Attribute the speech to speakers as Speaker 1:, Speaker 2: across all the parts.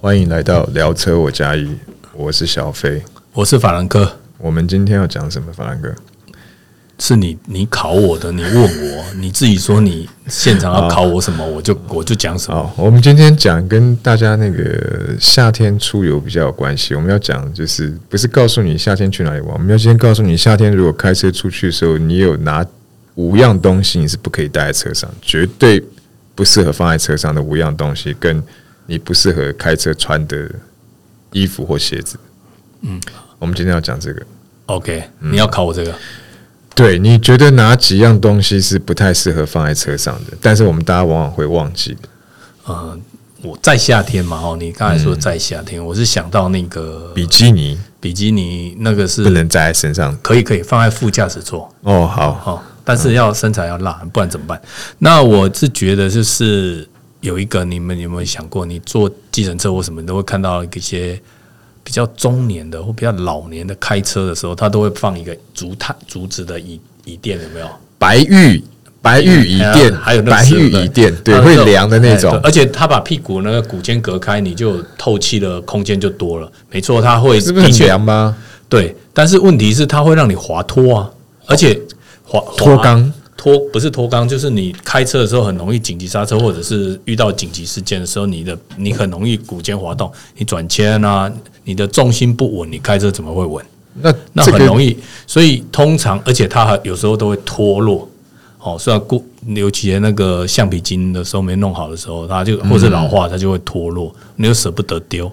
Speaker 1: 欢迎来到聊车我加一，我是小飞。
Speaker 2: 我是法兰克，
Speaker 1: 我们今天要讲什么，法兰哥？
Speaker 2: 是你你考我的，你问我，你自己说你现场要考我
Speaker 1: 啊
Speaker 2: 什么，我就我就讲什么。
Speaker 1: 好，我们今天讲跟大家那个夏天出游比较有关系。我们要讲就是不是告诉你夏天去哪里玩，我们要先告诉你夏天如果开车出去的时候，你有哪五样东西你是不可以带在车上，绝对不适合放在车上的五样东西，跟你不适合开车穿的衣服或鞋子。嗯，我们今天要讲这个。
Speaker 2: OK，、
Speaker 1: 嗯
Speaker 2: 你要考我这个，
Speaker 1: 对，你觉得哪几样东西是不太适合放在车上的？但是我们大家往往会忘记的。
Speaker 2: 呃，我在夏天嘛，哦，你刚
Speaker 1: 嗯
Speaker 2: 才说在夏天，我是想到那个
Speaker 1: 比基尼
Speaker 2: 比基尼那个
Speaker 1: 不
Speaker 2: 是
Speaker 1: 能摘在身上。
Speaker 2: 可以可以放在副驾驶座，
Speaker 1: 哦，好，
Speaker 2: 哦，但是要身材要辣，不然怎么办？那我是觉得就是有一个，你们有没有想过，你坐计程车或什么，你都会看到一些比较中年的或比较老年的开车的时候，他都会放一个竹炭竹子的椅椅垫，有没有？
Speaker 1: 白玉白玉椅垫，
Speaker 2: 哎 还有那个
Speaker 1: 白玉椅垫，对，
Speaker 2: 它的
Speaker 1: 会
Speaker 2: 那种
Speaker 1: 凉的那
Speaker 2: 哎
Speaker 1: 种
Speaker 2: 对。而且他把屁股那个骨尖隔开，你就有透气的空间就多了。没错，它会
Speaker 1: 是不是
Speaker 2: 的
Speaker 1: 很
Speaker 2: 确
Speaker 1: 凉吗？
Speaker 2: 对，但是问题是它会让你滑脱啊，而且滑滑
Speaker 1: 脱肛
Speaker 2: 脱不是脱肛，就是你开车的时候很容易紧急刹车，或者是遇到紧急事件的时候，你的你很容易骨尖滑动，你转圈啊，你的重心不稳，你开车怎么会稳？
Speaker 1: 那
Speaker 2: 那
Speaker 1: 这
Speaker 2: 很容
Speaker 1: 个
Speaker 2: 易，所以通常而且它还有时候都会脱落。哦，虽然固尤其那个橡皮筋的时候没弄好的时候，它就
Speaker 1: 嗯
Speaker 2: 或是老化，它就会脱落，你又舍不得丢。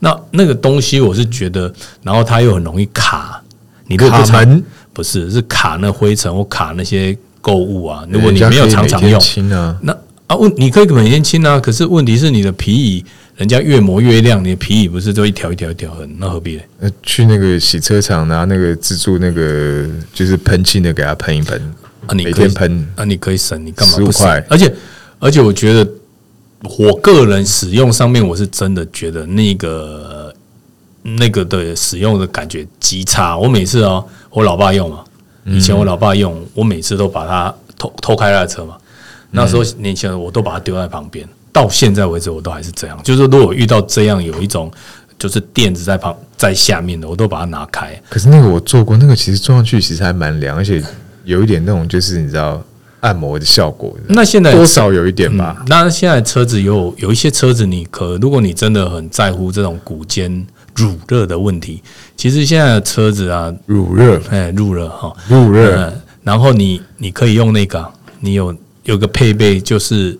Speaker 2: 那那个东西我是觉得，然后它又很容易卡，你如果不
Speaker 1: 卡
Speaker 2: 常
Speaker 1: 门，
Speaker 2: 不是是卡那灰尘或卡那些购物啊，如果
Speaker 1: 人
Speaker 2: 你
Speaker 1: 家
Speaker 2: 没有
Speaker 1: 可以
Speaker 2: 常
Speaker 1: 每
Speaker 2: 常
Speaker 1: 天
Speaker 2: 用，
Speaker 1: 清啊，
Speaker 2: 那啊问你可以每天清啊，可是问题是你的皮椅，人家越磨越亮，你的皮椅不是就一条一条一条痕，那何必呢？
Speaker 1: 呃去那个洗车场拿那个自助那个就是喷漆的给它喷一喷，
Speaker 2: 啊，你
Speaker 1: 每
Speaker 2: 可以
Speaker 1: 天喷
Speaker 2: 啊，你可以省，你干嘛
Speaker 1: 15
Speaker 2: 不省
Speaker 1: 块？
Speaker 2: 而且而且，我觉得我个人使用上面，我是真的觉得那个那个的使用的感觉极差。我每次哦，我老爸用嘛，
Speaker 1: 嗯
Speaker 2: 以前我老爸用，我每次都把它偷偷开他的车嘛。那时候
Speaker 1: 嗯
Speaker 2: 年轻人，我都把它丢在旁边。到现在为止，我都还是这样。就是如果遇到这样有一种就是垫子在旁在下面的，我都把它拿开。
Speaker 1: 可是那个我做过，那个其实坐上去其实还蛮凉，而且有一点那种就是你知道按摩的效果，
Speaker 2: 那现在
Speaker 1: 多少有一点吧。
Speaker 2: 嗯那现在车子有有一些车子，你可如果你真的很在乎这种骨尖乳热的问题，其实现在的车子啊，
Speaker 1: 乳热，
Speaker 2: 哎，入热哈，
Speaker 1: 乳热，
Speaker 2: 嗯，然后你你可以用那个啊，你有有个配备就是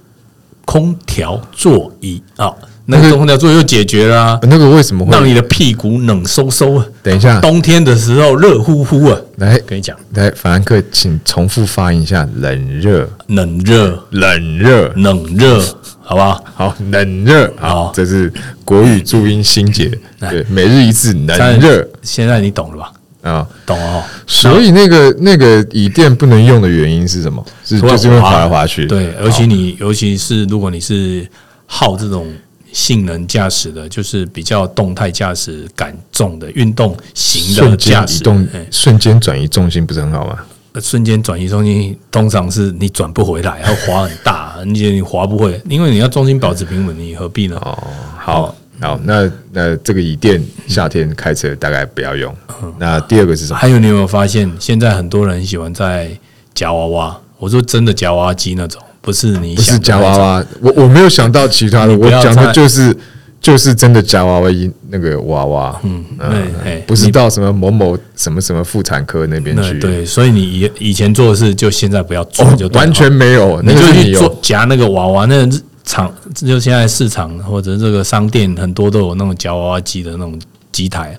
Speaker 2: 空调座椅啊、那
Speaker 1: 那
Speaker 2: 个
Speaker 1: 个
Speaker 2: 空调座椅就解决 了、啊，
Speaker 1: 那个为什么
Speaker 2: 让
Speaker 1: 会？
Speaker 2: 你的屁股冷飕飕啊，
Speaker 1: 等一下，
Speaker 2: 冬天的时候热乎乎啊，
Speaker 1: 来
Speaker 2: 跟你讲，
Speaker 1: 来，法兰克，请重复发音一下冷热，
Speaker 2: 冷热
Speaker 1: 冷热，哦
Speaker 2: 冷热，好不好？
Speaker 1: 好，冷热，好
Speaker 2: 好，
Speaker 1: 这是国语注音新解，对，每日一字，冷热
Speaker 2: 现在你懂了吧？
Speaker 1: 啊。
Speaker 2: 懂了哦。
Speaker 1: 所以那个那个椅垫不能用的原因是什么？是
Speaker 2: 突然
Speaker 1: 就是因为滑来滑去，
Speaker 2: 对，尤其你尤其是如果你是好这种性能驾驶的，就是比较动态驾驶感重的运动型的
Speaker 1: 瞬间
Speaker 2: 驾
Speaker 1: 移
Speaker 2: 驶，
Speaker 1: 动
Speaker 2: 哎，
Speaker 1: 瞬间转移重心不是很好吗？
Speaker 2: 呃瞬间转移重心，通常是你转不回来，要滑很 大，而且你滑不会，因为你要重心保持平稳，你何必呢？
Speaker 1: 哦，好，好，那那这个椅垫夏天开车大概不要用。那第二个是什么？
Speaker 2: 还有，你有没有发现，现在很多人喜欢在夹娃娃？我说真的夹娃娃机那种，不是你
Speaker 1: 不是
Speaker 2: 想
Speaker 1: 夹
Speaker 2: 的那
Speaker 1: 娃
Speaker 2: 种
Speaker 1: 娃，我我没有想到其他的，
Speaker 2: 你不
Speaker 1: 我
Speaker 2: 要
Speaker 1: 讲的
Speaker 2: 再
Speaker 1: 就是就是真的夹娃娃一那个娃娃，嗯
Speaker 2: 对嘿
Speaker 1: 不是到什么某某什么什么妇产科那边
Speaker 2: 那
Speaker 1: 去，哦
Speaker 2: 对，所以你以以前做的事，就现在不要做，就对了
Speaker 1: 完全没有，那
Speaker 2: 你
Speaker 1: 个
Speaker 2: 就是
Speaker 1: 你
Speaker 2: 去
Speaker 1: 有
Speaker 2: 做夹那个娃娃，那个厂就现在市场或者这个商店很多都有那种夹娃娃机的那种机台，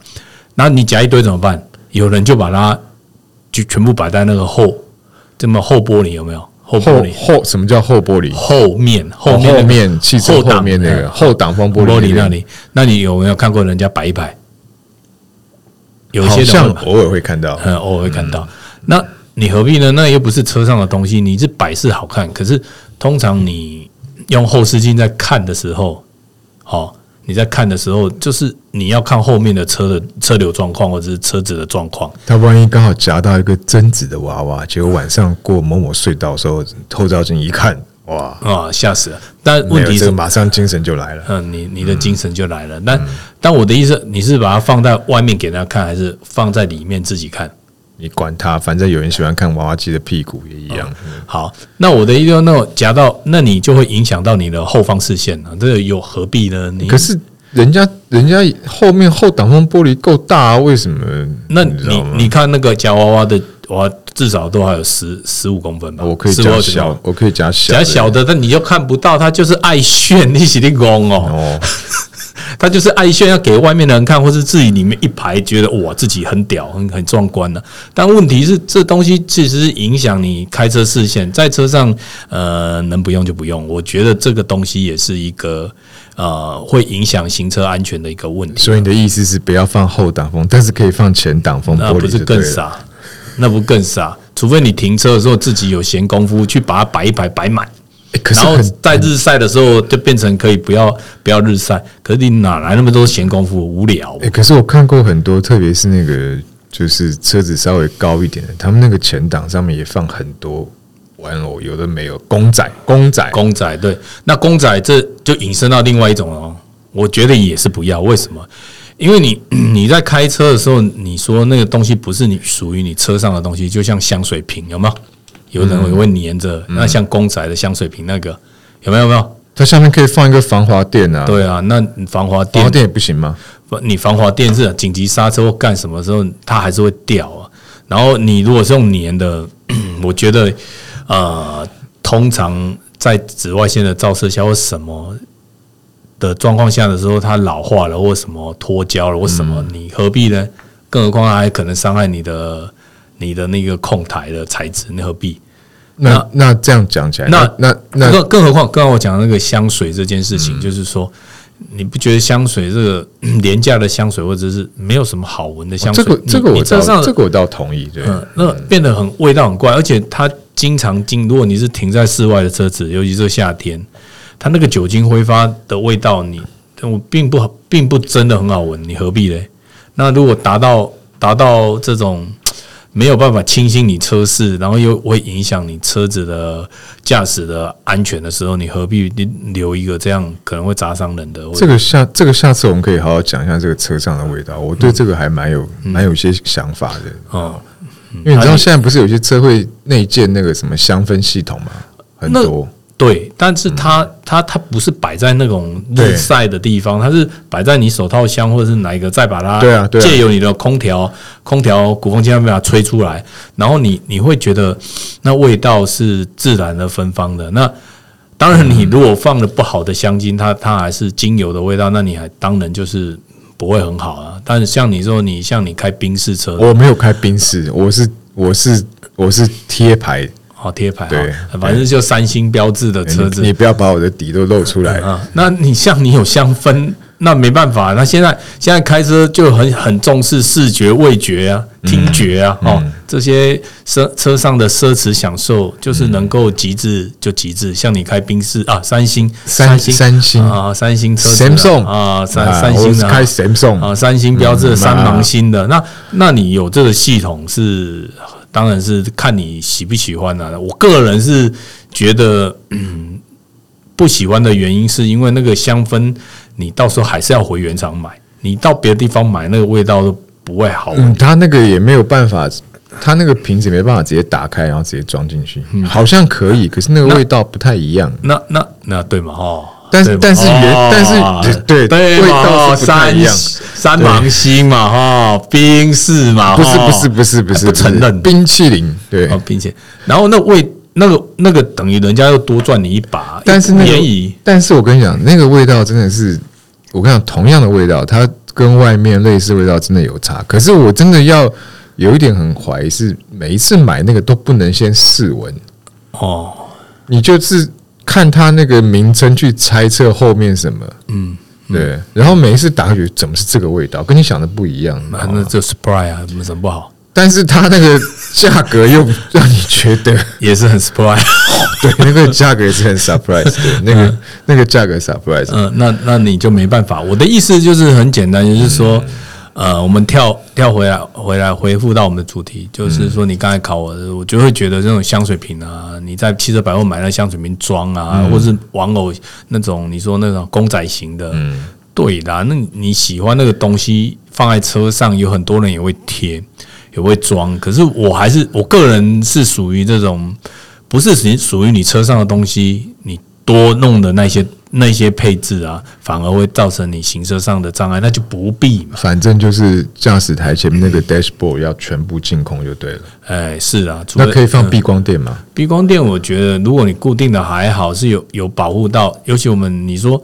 Speaker 2: 那你夹一堆怎么办？有人就把它就全部摆在那个后这么后玻璃有没有？后玻
Speaker 1: 后
Speaker 2: 璃
Speaker 1: 后什么叫后玻璃？
Speaker 2: 后面后
Speaker 1: 后
Speaker 2: 面那个
Speaker 1: 面汽车
Speaker 2: 后
Speaker 1: 后
Speaker 2: 挡
Speaker 1: 面那个
Speaker 2: 嗯
Speaker 1: 后挡风玻
Speaker 2: 玻璃
Speaker 1: 边
Speaker 2: 那，里，那你有没有看过人家摆一摆？有一些
Speaker 1: 好
Speaker 2: 人
Speaker 1: 像
Speaker 2: 会
Speaker 1: 偶尔会看到。
Speaker 2: 嗯，偶尔会看到。那你何必呢？那又不是车上的东西，你是摆饰好看。可是通常你用后视镜在看的时候，哦，你在看的时候，就是你要看后面的车的车流状况，或者是车子的状况。
Speaker 1: 他万一刚好夹到一个贞子的娃娃，结果晚上过某某隧道的时候，后照镜一看，哇，
Speaker 2: 啊，吓死了！但
Speaker 1: 没
Speaker 2: 问
Speaker 1: 有
Speaker 2: 题
Speaker 1: 这个嗯
Speaker 2: 是，
Speaker 1: 马上精神就来了。
Speaker 2: 嗯，你你的精神就来了。但但我的意思，你是把它放在外面给大家看，还是放在里面自己看？
Speaker 1: 你管他，反正有人喜欢看娃娃机的屁股也一
Speaker 2: 哦
Speaker 1: 样。嗯
Speaker 2: 好，那我的意思，那我夹到，那你就会影响到你的后方视线了、这个有何必呢？你
Speaker 1: 可是人家人家后面后挡风玻璃够大、啊，为什么？
Speaker 2: 那
Speaker 1: 你知
Speaker 2: 你
Speaker 1: 道吗
Speaker 2: 你看那个夹娃娃的娃，至少都还有十十五公分吧？
Speaker 1: 我可以夹
Speaker 2: 15公分
Speaker 1: 小，我可以夹小
Speaker 2: 夹小
Speaker 1: 的
Speaker 2: 的，但你就看不到，他就是爱炫，你起立功哦，
Speaker 1: 哦，
Speaker 2: 他就是爱炫，要给外面的人看，或是自己里面一排觉得哇自己很屌，很很壮观呢、但问题是，这东西其实是影响你开车视线，在车上呃能不用就不用，我觉得这个东西也是一个呃会影响行车安全的一个问题，
Speaker 1: 所以你的意思是不要放后挡风，但是可以放前挡风
Speaker 2: 那
Speaker 1: 玻璃，
Speaker 2: 不是更？傻？那不更傻？除非你停车的时候自己有闲工夫去把它摆一摆摆满。
Speaker 1: 欸、可是
Speaker 2: 然后
Speaker 1: 很
Speaker 2: 在日晒的时候就变成可以不要不要日晒，可是你哪来那么多闲工夫？无聊
Speaker 1: 哎、，可是我看过很多，特别是那个就是车子稍微高一点的，他们那个前挡上面也放很多玩偶，有的没有公仔，公仔，
Speaker 2: 公仔对，那公仔这就引申到另外一种了哦，我觉得也是不要，为什么？因为你 你在开车的时候，你说那个东西不是你属于你车上的东西，就像香水瓶有没有？有人
Speaker 1: 嗯
Speaker 2: 也会粘着，那像公仔的香水瓶那个有没有？有没有？
Speaker 1: 它下面可以放一个防滑垫啊，
Speaker 2: 对啊，那防滑
Speaker 1: 防
Speaker 2: 垫
Speaker 1: 滑垫也不行吗？
Speaker 2: 不你防滑垫是紧急刹车或干什么时候，它还是会掉啊。然后你如果是用粘的， 我觉得呃，通常在紫外线的照射下或什么的状况下的时候，它老化了或什么脱胶了或什
Speaker 1: 嗯
Speaker 2: 么，你何必呢？更何况它还可能伤害你的你的那个控台的材质，你何必？
Speaker 1: 那那这样讲起来，
Speaker 2: 那
Speaker 1: 那那嗯那
Speaker 2: 更更何况刚刚我讲的那个香水这件事情，就是说。你不觉得香水这个 廉价的香水，或者是没有什么好闻的香
Speaker 1: 哦这
Speaker 2: 水？
Speaker 1: 个
Speaker 2: 你
Speaker 1: 这个
Speaker 2: 你
Speaker 1: 我
Speaker 2: 车上
Speaker 1: 倒
Speaker 2: 的
Speaker 1: 这个我倒同意，对，
Speaker 2: 嗯，那变得很味道很怪，而且它经常经，如果你是停在室外的车子，尤其是夏天，它那个酒精挥发的味道你，我并不并不真的很好闻，你何必嘞？那如果达到达到这种没有办法清新你车室，然后又会影响你车子的驾驶的安全的时候，你何必留一个这样可能会砸伤人的味
Speaker 1: 这个下这个下次我们可以好好讲一下这个车上的味道，我对这个还蛮有
Speaker 2: 嗯
Speaker 1: 蛮有一些想法的，
Speaker 2: 哦，
Speaker 1: 因为你知道现在不是有些车会内建那个什么香氛系统吗？很
Speaker 2: 那
Speaker 1: 多。
Speaker 2: 对，但是它、
Speaker 1: 嗯
Speaker 2: 它它不是摆在那种日晒的地方，它是摆在你手套箱或者是哪一个，再把它
Speaker 1: 对啊对啊
Speaker 2: 借由你的空调空调鼓风机那边把它吹出来，然后你你会觉得那味道是自然而芬芳的。那当然，
Speaker 1: 嗯
Speaker 2: 你如果放了不好的香精，它它还是精油的味道，那你还当然就是不会很好啊。但是像你说，你像你开宾士车，
Speaker 1: 我没有开宾士，我是我是我是贴牌，
Speaker 2: 好哦贴牌，
Speaker 1: 对
Speaker 2: 好反正就三星标志的车子
Speaker 1: 你，你不要把我的底都露出来。
Speaker 2: 啊，那你像你有香氛，那没办法。那现在现在开车就很很重视视觉、味觉啊、
Speaker 1: 嗯
Speaker 2: 听觉啊，哦，这些车车上的奢侈享受，就是能够极致就极致。像你开宾士啊，三星、
Speaker 1: 嗯三
Speaker 2: 星、
Speaker 1: 三星
Speaker 2: 啊，三星车子啊
Speaker 1: Samsung
Speaker 2: 啊，三
Speaker 1: 啊
Speaker 2: 三
Speaker 1: 我
Speaker 2: 星
Speaker 1: 是
Speaker 2: 啊，
Speaker 1: 开 Samsung
Speaker 2: 啊，三星标志的
Speaker 1: 嗯
Speaker 2: 三
Speaker 1: 那
Speaker 2: 芒星的。那那你有这个系统是，当然是看你喜不喜欢啦、啊我个人是觉得，嗯，不喜欢的原因是因为那个香氛，你到时候还是要回原厂买，你到别的地方买那个味道都不会好闻。
Speaker 1: 嗯，他那个也没有办法，他那个瓶子没办法直接打开，然后直接装进去，
Speaker 2: 嗯
Speaker 1: 好像可以，可是那个味道不太一样。
Speaker 2: 那那那对嘛哦，
Speaker 1: 但是
Speaker 2: 对
Speaker 1: 但
Speaker 2: 嘛
Speaker 1: 是原
Speaker 2: 哦
Speaker 1: 但是对
Speaker 2: 对嘛
Speaker 1: 味道是不太
Speaker 2: 三
Speaker 1: 一样
Speaker 2: 三芒星嘛哈，冰室嘛，
Speaker 1: 不是
Speaker 2: 哦
Speaker 1: 不是不是不是
Speaker 2: 不承认
Speaker 1: 冰淇淋，对
Speaker 2: 哦，，并且，然后那味那个那个等于人家又多赚你一把，
Speaker 1: 但是那
Speaker 2: 便
Speaker 1: 个
Speaker 2: 宜，
Speaker 1: 但是我跟你讲，那个味道真的是，我跟你讲，同样的味道，它跟外面类似味道真的有差。可是我真的要有一点很怀疑，是每一次买那个都不能先试闻，
Speaker 2: 哦，
Speaker 1: 你就是看它那个名称去猜测后面什么，
Speaker 2: 嗯，
Speaker 1: 对。然后每一次打开去，怎么是这个味道？跟你想的不一样。
Speaker 2: 那那就 surprise 啊，有什么不好？
Speaker 1: 但是它那个价格又让你觉得，
Speaker 2: 也是很 surprise。
Speaker 1: 对， 那个价格也是很 surprise，对，那
Speaker 2: 嗯
Speaker 1: 个那个价格 surprise，
Speaker 2: 嗯，那那你就没办法。我的意思就是很简单，就是说，呃，我们跳跳回来，回来回复到我们的主题，就是说你刚才考我，的，我就会觉得这种香水瓶啊，你在汽车百货买那香水瓶装啊，或是玩偶那种，你说那种公仔型的，对啦，那你喜欢那个东西放在车上，有很多人也会贴，也会装，可是我还是我个人是属于这种，不是属于属于你车上的东西，你多弄的那些。那些配置啊，反而会造成你行车上的障碍，那就不必嘛。
Speaker 1: 反正就是驾驶台前面那个 dashboard 要全部净空就对了。嗯
Speaker 2: 哎，是啊，除
Speaker 1: 那
Speaker 2: 非
Speaker 1: 可以放避光垫吗？
Speaker 2: 避光垫，我觉得如果你固定的还好，是有有保护到，尤其我们你说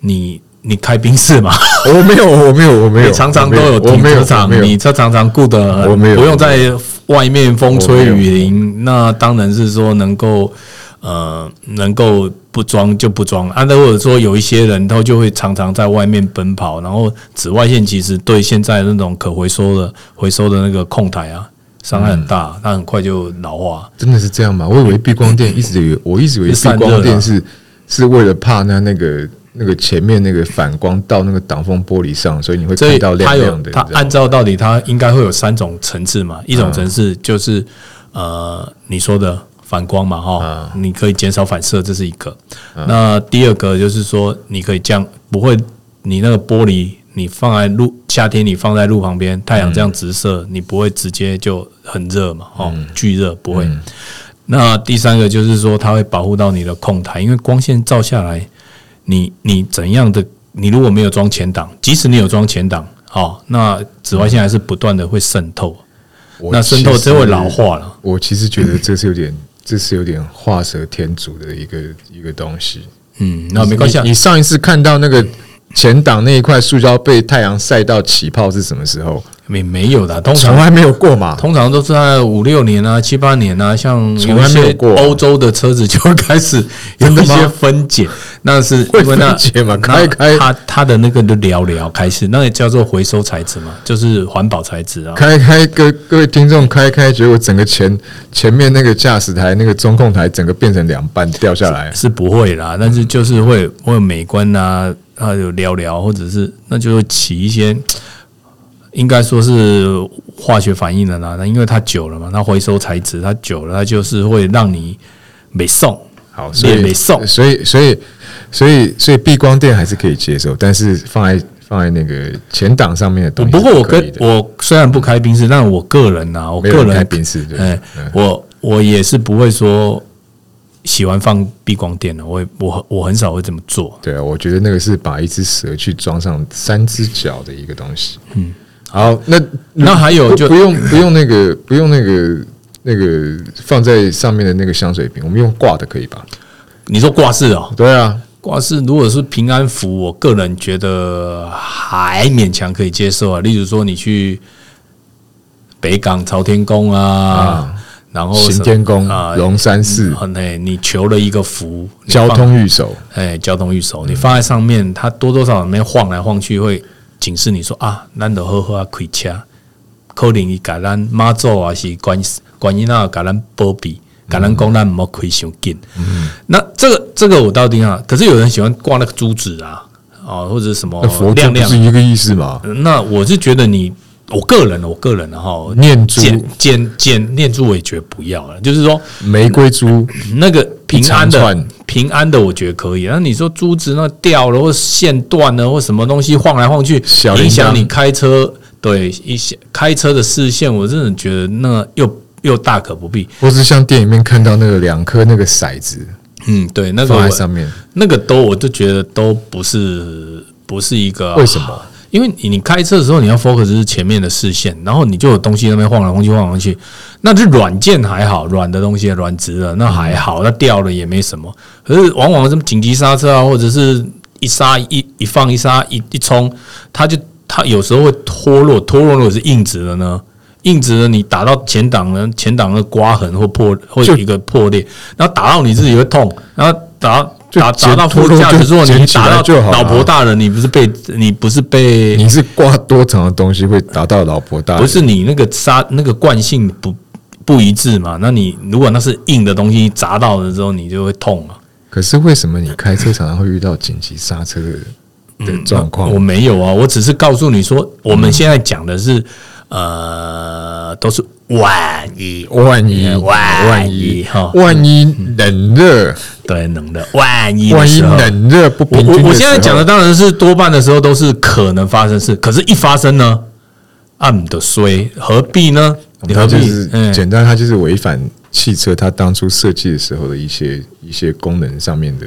Speaker 2: 你你开宾士嘛，
Speaker 1: 哦我没有，我没有，我没有，
Speaker 2: 你哎常常
Speaker 1: 我
Speaker 2: 都
Speaker 1: 没
Speaker 2: 有
Speaker 1: 我
Speaker 2: 停
Speaker 1: 没有，
Speaker 2: 车
Speaker 1: 我没
Speaker 2: 场，
Speaker 1: 有
Speaker 2: 你车常常顾得
Speaker 1: 我
Speaker 2: 很，
Speaker 1: 没有
Speaker 2: 不用在外面风吹
Speaker 1: 我没
Speaker 2: 雨
Speaker 1: 有
Speaker 2: 淋，那当然是说能够呃能够不装就不装啊，那或者说有一些人他就会常常在外面奔跑，然后紫外线其实对现在那种可回收的回收的那个控台啊伤害很
Speaker 1: 嗯
Speaker 2: 大，它很快就老化。
Speaker 1: 真的是这样吗？我以为避光垫一直以为，我一直以为避光垫是是为了怕那那个那个前面那个反光到那个挡风玻璃上，所以你会
Speaker 2: 所
Speaker 1: 看
Speaker 2: 以
Speaker 1: 到
Speaker 2: 它
Speaker 1: 亮
Speaker 2: 有
Speaker 1: 亮的。啊
Speaker 2: 它
Speaker 1: 你知道
Speaker 2: 按照道理，它应该会有三种层次嘛。一种层次就是、呃你说的反光嘛，
Speaker 1: 啊
Speaker 2: 哈、你可以减少反射，这是一个。那第二个就是说，你可以这样不会你那个玻璃。你放在路夏天，你放在路旁边，太阳这样直射，
Speaker 1: 嗯
Speaker 2: 你不会直接就很热嘛？哦，巨热不
Speaker 1: 嗯
Speaker 2: 会。那第三个就是说，它会保护到你的控台，因为光线照下来，你你怎样的，你如果没有装前挡，即使你有装前挡，哦，那紫外线还是不断的会渗透，
Speaker 1: 我
Speaker 2: 那渗透
Speaker 1: 其实
Speaker 2: 就会老化了。
Speaker 1: 嗯我其实觉得这是有点，这是有点画蛇添足的一个一个东西。
Speaker 2: 嗯，那没关系啊
Speaker 1: 你。你上一次看到那个前挡那一块塑胶被太阳晒到起泡是什么时候？
Speaker 2: 没没有的，通
Speaker 1: 从
Speaker 2: 常
Speaker 1: 来没有过嘛。
Speaker 2: 通常都是在五六年啊、七八年啊，像
Speaker 1: 从
Speaker 2: 有
Speaker 1: 来
Speaker 2: 一
Speaker 1: 没有
Speaker 2: 些
Speaker 1: 过啊
Speaker 2: 欧洲的车子就会开始有
Speaker 1: 真的
Speaker 2: 一
Speaker 1: 吗
Speaker 2: 些分解，那是
Speaker 1: 会
Speaker 2: 因为那
Speaker 1: 分解吗
Speaker 2: 那
Speaker 1: 开开
Speaker 2: 它它的那个的聊聊开始，那个叫做回收材质嘛，就是环保材质啊。
Speaker 1: 开开，各各位听众开开，结果整个前前面那个驾驶台那个中控台整个变成两半掉下 来。
Speaker 2: 是不会啦，但是就是会会有美观呐、啊，还有聊聊，或者是那就会起一些，应该说是化学反应了啦。那因为它久了嘛，它回收材质，它久了，它就是会让你没送。
Speaker 1: 好，所以
Speaker 2: 也没送
Speaker 1: 所以所以所以所以避光垫还是可以接受，但是放在放在那个前挡上面的东西
Speaker 2: 不过我
Speaker 1: 是可以
Speaker 2: 跟
Speaker 1: 的
Speaker 2: 我虽然不开宾士，但我个人呐、我
Speaker 1: 没有
Speaker 2: 个
Speaker 1: 人开
Speaker 2: 人
Speaker 1: 宾士对
Speaker 2: 哎
Speaker 1: 嗯，
Speaker 2: 我我也是不会说喜欢放避光垫的，我也我我很少会这么做。
Speaker 1: 对啊，我觉得那个是把一只蛇去装上三只脚的一个东西。嗯，好，那
Speaker 2: 那还有
Speaker 1: 不
Speaker 2: 就
Speaker 1: 不用不用那个不用那个那个放在上面的那个香水瓶，我们用挂的可以吧？
Speaker 2: 你说挂饰哦，
Speaker 1: 对啊，
Speaker 2: 挂饰如果是平安符，我个人觉得还勉强可以接受啊。例如说，你去北港朝天宫啊，然后什
Speaker 1: 行
Speaker 2: 么
Speaker 1: 天宫
Speaker 2: 啊、、
Speaker 1: 龙山寺、
Speaker 2: 很哎，你求了一个符，你
Speaker 1: 交
Speaker 2: 放
Speaker 1: 通御守，
Speaker 2: 哎交通预手，
Speaker 1: 嗯
Speaker 2: 你放在上面，它多多少少里面晃来晃去，会警示你说啊，咱得好好啊开车，可能伊甲咱妈祖啊是观观音啊甲咱保庇，
Speaker 1: 嗯
Speaker 2: 甲咱讲咱毋好开伤紧。那这个这个我到底啊，可是有人喜欢挂那个珠子啊，哦或者什么
Speaker 1: 那佛珠
Speaker 2: 亮
Speaker 1: 不
Speaker 2: 亮
Speaker 1: 是。一个意思嘛？
Speaker 2: 那我是觉得你，我个人我个人哈、哦，
Speaker 1: 念珠、
Speaker 2: 剪剪剪念珠我也觉得不要了，就是说
Speaker 1: 玫瑰珠，
Speaker 2: 那个平安
Speaker 1: 一长
Speaker 2: 的
Speaker 1: 串
Speaker 2: 平安的，我觉得可以。那你说珠子那掉了或线断了或什么东西晃来晃去
Speaker 1: 小，铃铛
Speaker 2: 影响你开车，对一些开车的视线，我真的觉得那又又大可不必。
Speaker 1: 或是像电影里面看到那个两颗那个骰子
Speaker 2: 嗯，对，那个
Speaker 1: 放在
Speaker 2: 我啊
Speaker 1: 上面，
Speaker 2: 那个都我就觉得都不是不是一个啊
Speaker 1: 为什么？
Speaker 2: 因为你你开车的时候，你要 focus 是前面的视线，然后你就有东西在那边晃来晃去，晃来晃去。那是软件还好，软的东西啊软直的那还好，那掉了也没什么。可是往往这么紧急刹车啊，或者是一刹一一放一刹一一冲，它就它有时候会脱落，脱落如果是硬直的呢？硬直的你打到前挡呢，前挡的刮痕或破或
Speaker 1: 就
Speaker 2: 一个破裂，然后打到你自己会痛，然后打到
Speaker 1: 就
Speaker 2: 打
Speaker 1: 剪
Speaker 2: 打到
Speaker 1: 脱
Speaker 2: 副
Speaker 1: 落
Speaker 2: 驾
Speaker 1: 就
Speaker 2: 驶座，你
Speaker 1: 剪起来
Speaker 2: 打
Speaker 1: 就好
Speaker 2: 到
Speaker 1: 了
Speaker 2: 老婆大人，你不是被你不是被
Speaker 1: 你是挂多长的东西会达到老婆大人？
Speaker 2: 不是你那个刹那个惯性不不一致嘛？那你如果那是硬的东西砸到了之后，你就会痛啊。
Speaker 1: 可是为什么你开车常常会遇到紧急刹车的的状况
Speaker 2: 嗯我。没有啊，我只是告诉你说，我们现在讲的是、呃，都是万一
Speaker 1: 万一
Speaker 2: 万
Speaker 1: 万
Speaker 2: 一
Speaker 1: 一
Speaker 2: 哈嗯
Speaker 1: 万一冷热，
Speaker 2: 对能的万一的
Speaker 1: 万一
Speaker 2: 时候。
Speaker 1: 冷热不
Speaker 2: 我
Speaker 1: 平均
Speaker 2: 我
Speaker 1: 时候
Speaker 2: 我现在讲的当然是多半的时候都是可能发生事，可是一发生呢，暗的衰，何必呢？你何
Speaker 1: 它就
Speaker 2: 必？
Speaker 1: 是
Speaker 2: 嗯
Speaker 1: 简单，它就是违反汽车它当初设计的时候的一些一些功能上面的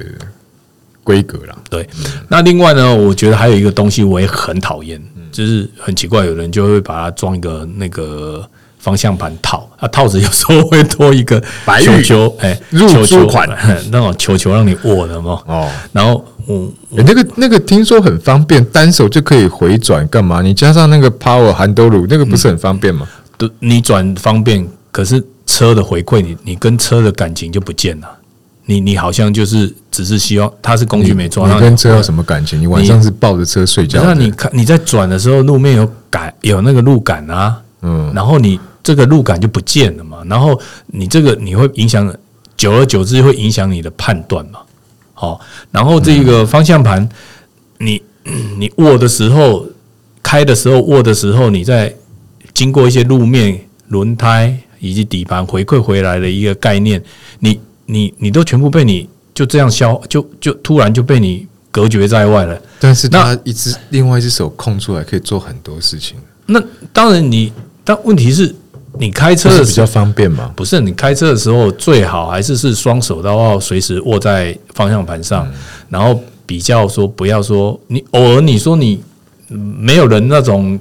Speaker 1: 规格啦。
Speaker 2: 对，那另外呢，我觉得还有一个东西我也很讨厌，
Speaker 1: 嗯
Speaker 2: 就是很奇怪，有人就会把它装一个那个方向盘套啊，套子有时候会多一个
Speaker 1: 白
Speaker 2: 球
Speaker 1: 玉
Speaker 2: 球，哎，
Speaker 1: 入
Speaker 2: 球球
Speaker 1: 珠款
Speaker 2: 哎那种球球让你握的嘛。
Speaker 1: 哦，
Speaker 2: 然后我
Speaker 1: 欸那个那个听说很方便，单手就可以回转，干嘛？你加上那个 power 含兜鲁，那个不是很方便吗？
Speaker 2: 都你转方便，可是车的回馈，你你跟车的感情就不见了。你你好像就是只是希望它是工具没抓，
Speaker 1: 你
Speaker 2: 让
Speaker 1: 跟车
Speaker 2: 回
Speaker 1: 有
Speaker 2: 来
Speaker 1: 什么感情？你晚上是抱着车睡觉
Speaker 2: 那
Speaker 1: 的？
Speaker 2: 啊你看你在转的时候，路面有感有那个路感啊，
Speaker 1: 嗯，
Speaker 2: 然后你这个路感就不见了嘛，然后你这个你会影响，久而久之会影响你的判断嘛。好、然后这个方向盘，你你握的时候、开的时候、握的时候，你在经过一些路面、轮胎以及底盘回馈回来的一个概念，你你你都全部被你就这样消，就就突然就被你隔绝在外了。
Speaker 1: 但是
Speaker 2: 那
Speaker 1: 他一只另外一只手空出来，可以做很多事情，
Speaker 2: 那当然你，但问题是，你开车
Speaker 1: 这是
Speaker 2: 的
Speaker 1: 比
Speaker 2: 时候
Speaker 1: 较方便嘛？
Speaker 2: 不是你开车的时候最好还是是双手都要随时握在方向盘
Speaker 1: 嗯
Speaker 2: 上，然后比较说不要说你偶尔你说你嗯没有人那种。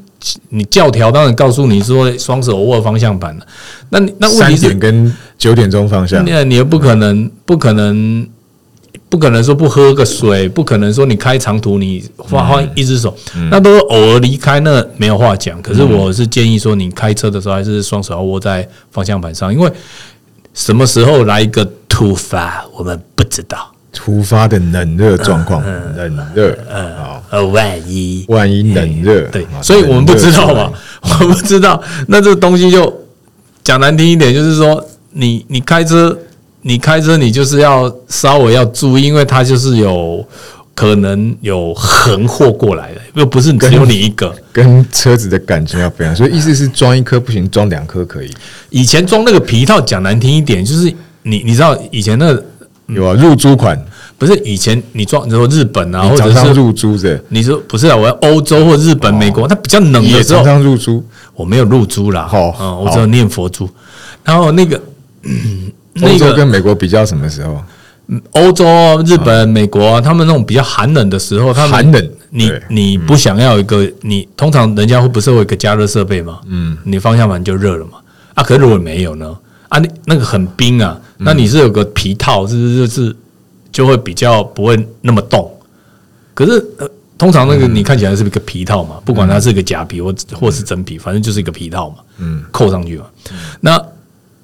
Speaker 2: 你教条当然告诉你说双手握方向盘了，那你那问
Speaker 1: 三
Speaker 2: 题是
Speaker 1: 点跟九点钟方向，
Speaker 2: 那你也不可能，不可能，不可能说不喝个水，不可能说你开长途你花花一只手，那都是偶尔离开，那没有话讲。可是我是建议说，你开车的时候还是双手要握在方向盘上，因为什么时候来一个突发，我们不知道。
Speaker 1: 突发的冷热状况，
Speaker 2: 嗯
Speaker 1: 冷热，啊好，
Speaker 2: 呃，万一
Speaker 1: 万一冷热，
Speaker 2: 对
Speaker 1: 啊，
Speaker 2: 所以我们不知道嘛
Speaker 1: 冷热出来，
Speaker 2: 我们不知道。那这个东西就讲难听一点，就是说，你你开车，你开车，你就是要稍微要注意，因为它就是有可能有横货过来的，又不是只有你一个。
Speaker 1: 跟车子的感情要不一样，
Speaker 2: 啊
Speaker 1: 所以意思是装一颗不行，装两颗可以。
Speaker 2: 以前装那个皮套，讲难听一点，就是你你知道以前那个嗯
Speaker 1: 有啊，入租款，
Speaker 2: 不是以前你装，你说日本啊，或
Speaker 1: 你
Speaker 2: 者
Speaker 1: 常常
Speaker 2: 是
Speaker 1: 入租的，
Speaker 2: 你说不是啊，我要欧洲或日本、美国，它比较冷
Speaker 1: 也
Speaker 2: 的时候
Speaker 1: 常，常入租。
Speaker 2: 我没有入珠啦，
Speaker 1: 好
Speaker 2: 嗯，
Speaker 1: 哦好
Speaker 2: 我只有念佛珠。然后那个 嗯
Speaker 1: 欧
Speaker 2: 那
Speaker 1: 洲跟
Speaker 2: 个啊
Speaker 1: 美国比较什么时候？
Speaker 2: 欧洲、日本、美国啊，他们那种比较寒冷的时候，他们
Speaker 1: 寒冷
Speaker 2: 你
Speaker 1: 对嗯
Speaker 2: 你不想要一个你通常人家会不是会有一个加热设备吗？嗯，你方向盘就热了嘛。啊，可是如果没有呢？啊，那那个很冰啊，
Speaker 1: 嗯
Speaker 2: 那你是有个皮套，是不是就是就会比较不会那么冻？可是、呃、通常那个你看起来是一个皮套嘛，不管它是一个假皮或或是真皮，反正就是一个皮套嘛，嗯，扣上去嘛。那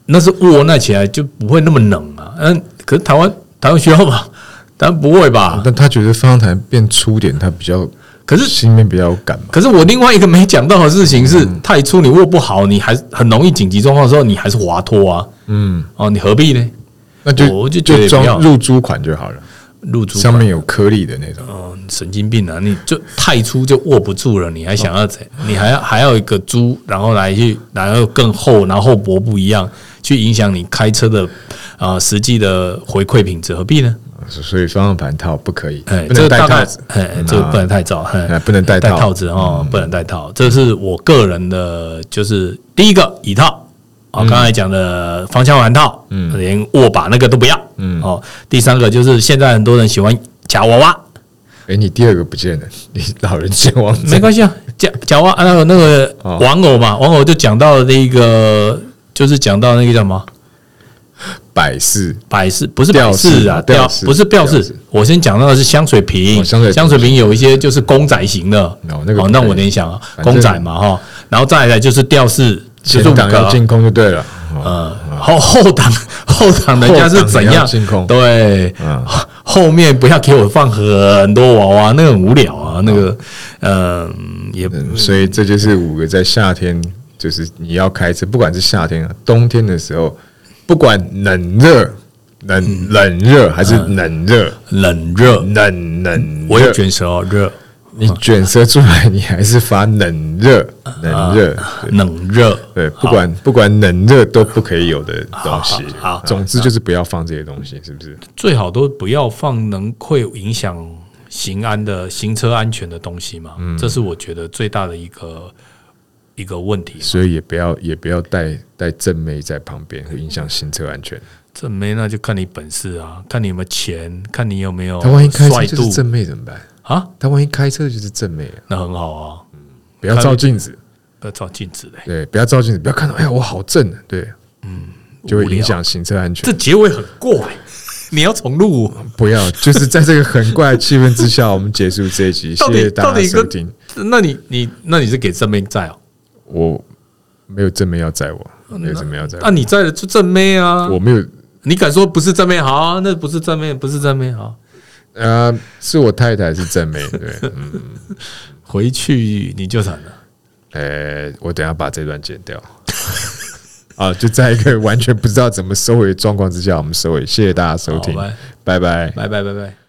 Speaker 2: 那是窝那起来就不会那么冷啊。嗯，可是台湾台湾需要吗？ 当然不会吧。
Speaker 1: 但他觉得方向盘变粗点，他比较
Speaker 2: 可是
Speaker 1: 心里面比较有感嘛。
Speaker 2: 可是我另外一个没讲到的事情是，太粗你握不好，你还是很容易紧急状况的时候，你还是滑脱啊。
Speaker 1: 嗯，
Speaker 2: 哦，你何必呢？
Speaker 1: 那就
Speaker 2: 我就觉得
Speaker 1: 就
Speaker 2: 不要
Speaker 1: 装入租款就好了，
Speaker 2: 入珠
Speaker 1: 上面有颗粒的那种。
Speaker 2: 哦，神经病啊！你就太粗就握不住了，你还想要怎？
Speaker 1: 哦
Speaker 2: 你还要还要一个猪，然后来去，然后更厚，然后厚薄不一样，去影响你开车的啊、呃实际的回馈品质，何必呢？
Speaker 1: 所以方向盘套不可以，
Speaker 2: 哎，
Speaker 1: 不
Speaker 2: 这
Speaker 1: 能
Speaker 2: 个
Speaker 1: 戴
Speaker 2: 大
Speaker 1: 套
Speaker 2: 概
Speaker 1: 子，
Speaker 2: 哎，
Speaker 1: 嗯
Speaker 2: 这个
Speaker 1: 啊
Speaker 2: 不能太早，哎
Speaker 1: 哎不能戴
Speaker 2: 戴
Speaker 1: 套嗯
Speaker 2: 套子哦，不能戴套。这是我个人的，就是第一个椅套，
Speaker 1: 嗯
Speaker 2: 哦，刚才讲的方向盘套，嗯，连握把那个都不要，嗯，哦，第三个就是现在很多人喜欢夹娃娃，
Speaker 1: 哎，你第二个不见了，你老人健忘症
Speaker 2: 没关系啊，讲讲完啊那个那个
Speaker 1: 哦
Speaker 2: 玩偶嘛，玩偶就讲到了那个，就是讲到那个叫什么
Speaker 1: 百事
Speaker 2: 百事，不是
Speaker 1: 吊
Speaker 2: 百事
Speaker 1: 饰
Speaker 2: 啊，
Speaker 1: 啊
Speaker 2: 吊
Speaker 1: 吊饰
Speaker 2: 不是吊
Speaker 1: 吊
Speaker 2: 饰
Speaker 1: 饰。
Speaker 2: 我先讲到的是香水瓶，
Speaker 1: 哦香水瓶
Speaker 2: 瓶有一些就是公仔型的，
Speaker 1: 哦那个
Speaker 2: 哦
Speaker 1: 不，
Speaker 2: 那
Speaker 1: 可以
Speaker 2: 我联想啊，
Speaker 1: 反正
Speaker 2: 公仔嘛哈，然后再来就是吊饰，就是
Speaker 1: 前
Speaker 2: 五
Speaker 1: 挡要
Speaker 2: 个
Speaker 1: 进空就对了。哦
Speaker 2: 呃，后后挡 后挡人家是怎
Speaker 1: 后挡也
Speaker 2: 样
Speaker 1: 要进攻
Speaker 2: 对
Speaker 1: 嗯，
Speaker 2: 后后面不要给我放很多娃娃，那个很无聊啊，那个嗯也
Speaker 1: 嗯所以这就是五个在夏天，就是你要开车，不管是夏天啊、冬天的时候，不管冷热、冷冷热还是冷热、
Speaker 2: 嗯冷热，
Speaker 1: 冷冷热，
Speaker 2: 我有卷舌哦，热，
Speaker 1: 你卷舌出来，你还是发冷热，冷热，
Speaker 2: 嗯冷热，
Speaker 1: 对，不管不管冷热都不可以有的东西。
Speaker 2: 好好好
Speaker 1: 总之就是不要放这些东西，是不是？
Speaker 2: 最好都不要放能会影响行安的行车安全的东西嘛。
Speaker 1: 嗯
Speaker 2: 这是我觉得最大的一个一个问题。
Speaker 1: 所以也不要也不要带带正妹在旁边，会影响行车安全。
Speaker 2: 这没那就看你本事啊，看你有没有钱，看你有没有
Speaker 1: 他万一开车
Speaker 2: 帅
Speaker 1: 就是
Speaker 2: 度
Speaker 1: 正妹怎么办？
Speaker 2: 啊，
Speaker 1: 他万一开车就是正妹啊，
Speaker 2: 那很好啊，
Speaker 1: 不要照镜子，
Speaker 2: 不要照镜子嘞。
Speaker 1: 对，不要照镜子，不要看到，哎呀，我好正啊，对，嗯，就会影响行车安全
Speaker 2: 这。结尾很怪， 你要重录我，
Speaker 1: 不要，就是在这个很怪的气氛之下，我们结束这一集，
Speaker 2: 到
Speaker 1: 谢
Speaker 2: 底
Speaker 1: 谢大
Speaker 2: 到
Speaker 1: 家
Speaker 2: 底
Speaker 1: 收
Speaker 2: 跟
Speaker 1: 听。
Speaker 2: 那你你那你是给正妹在哦？
Speaker 1: 我没有正妹要载我，没有正妹要载
Speaker 2: 那、
Speaker 1: 我，
Speaker 2: 啊你在的就正妹啊，
Speaker 1: 我没有，
Speaker 2: 你敢说不是正妹好、啊？那不是正妹，不是正妹好、啊
Speaker 1: 呃，是我太太是正妹，对，嗯，
Speaker 2: 回去你就惨了。
Speaker 1: 呃，我等一下把这段剪掉。 啊，就在一个完全不知道怎么收尾的状况之下，我们收尾，谢谢大家收听
Speaker 2: 好拜，
Speaker 1: 拜拜。
Speaker 2: 拜拜拜拜。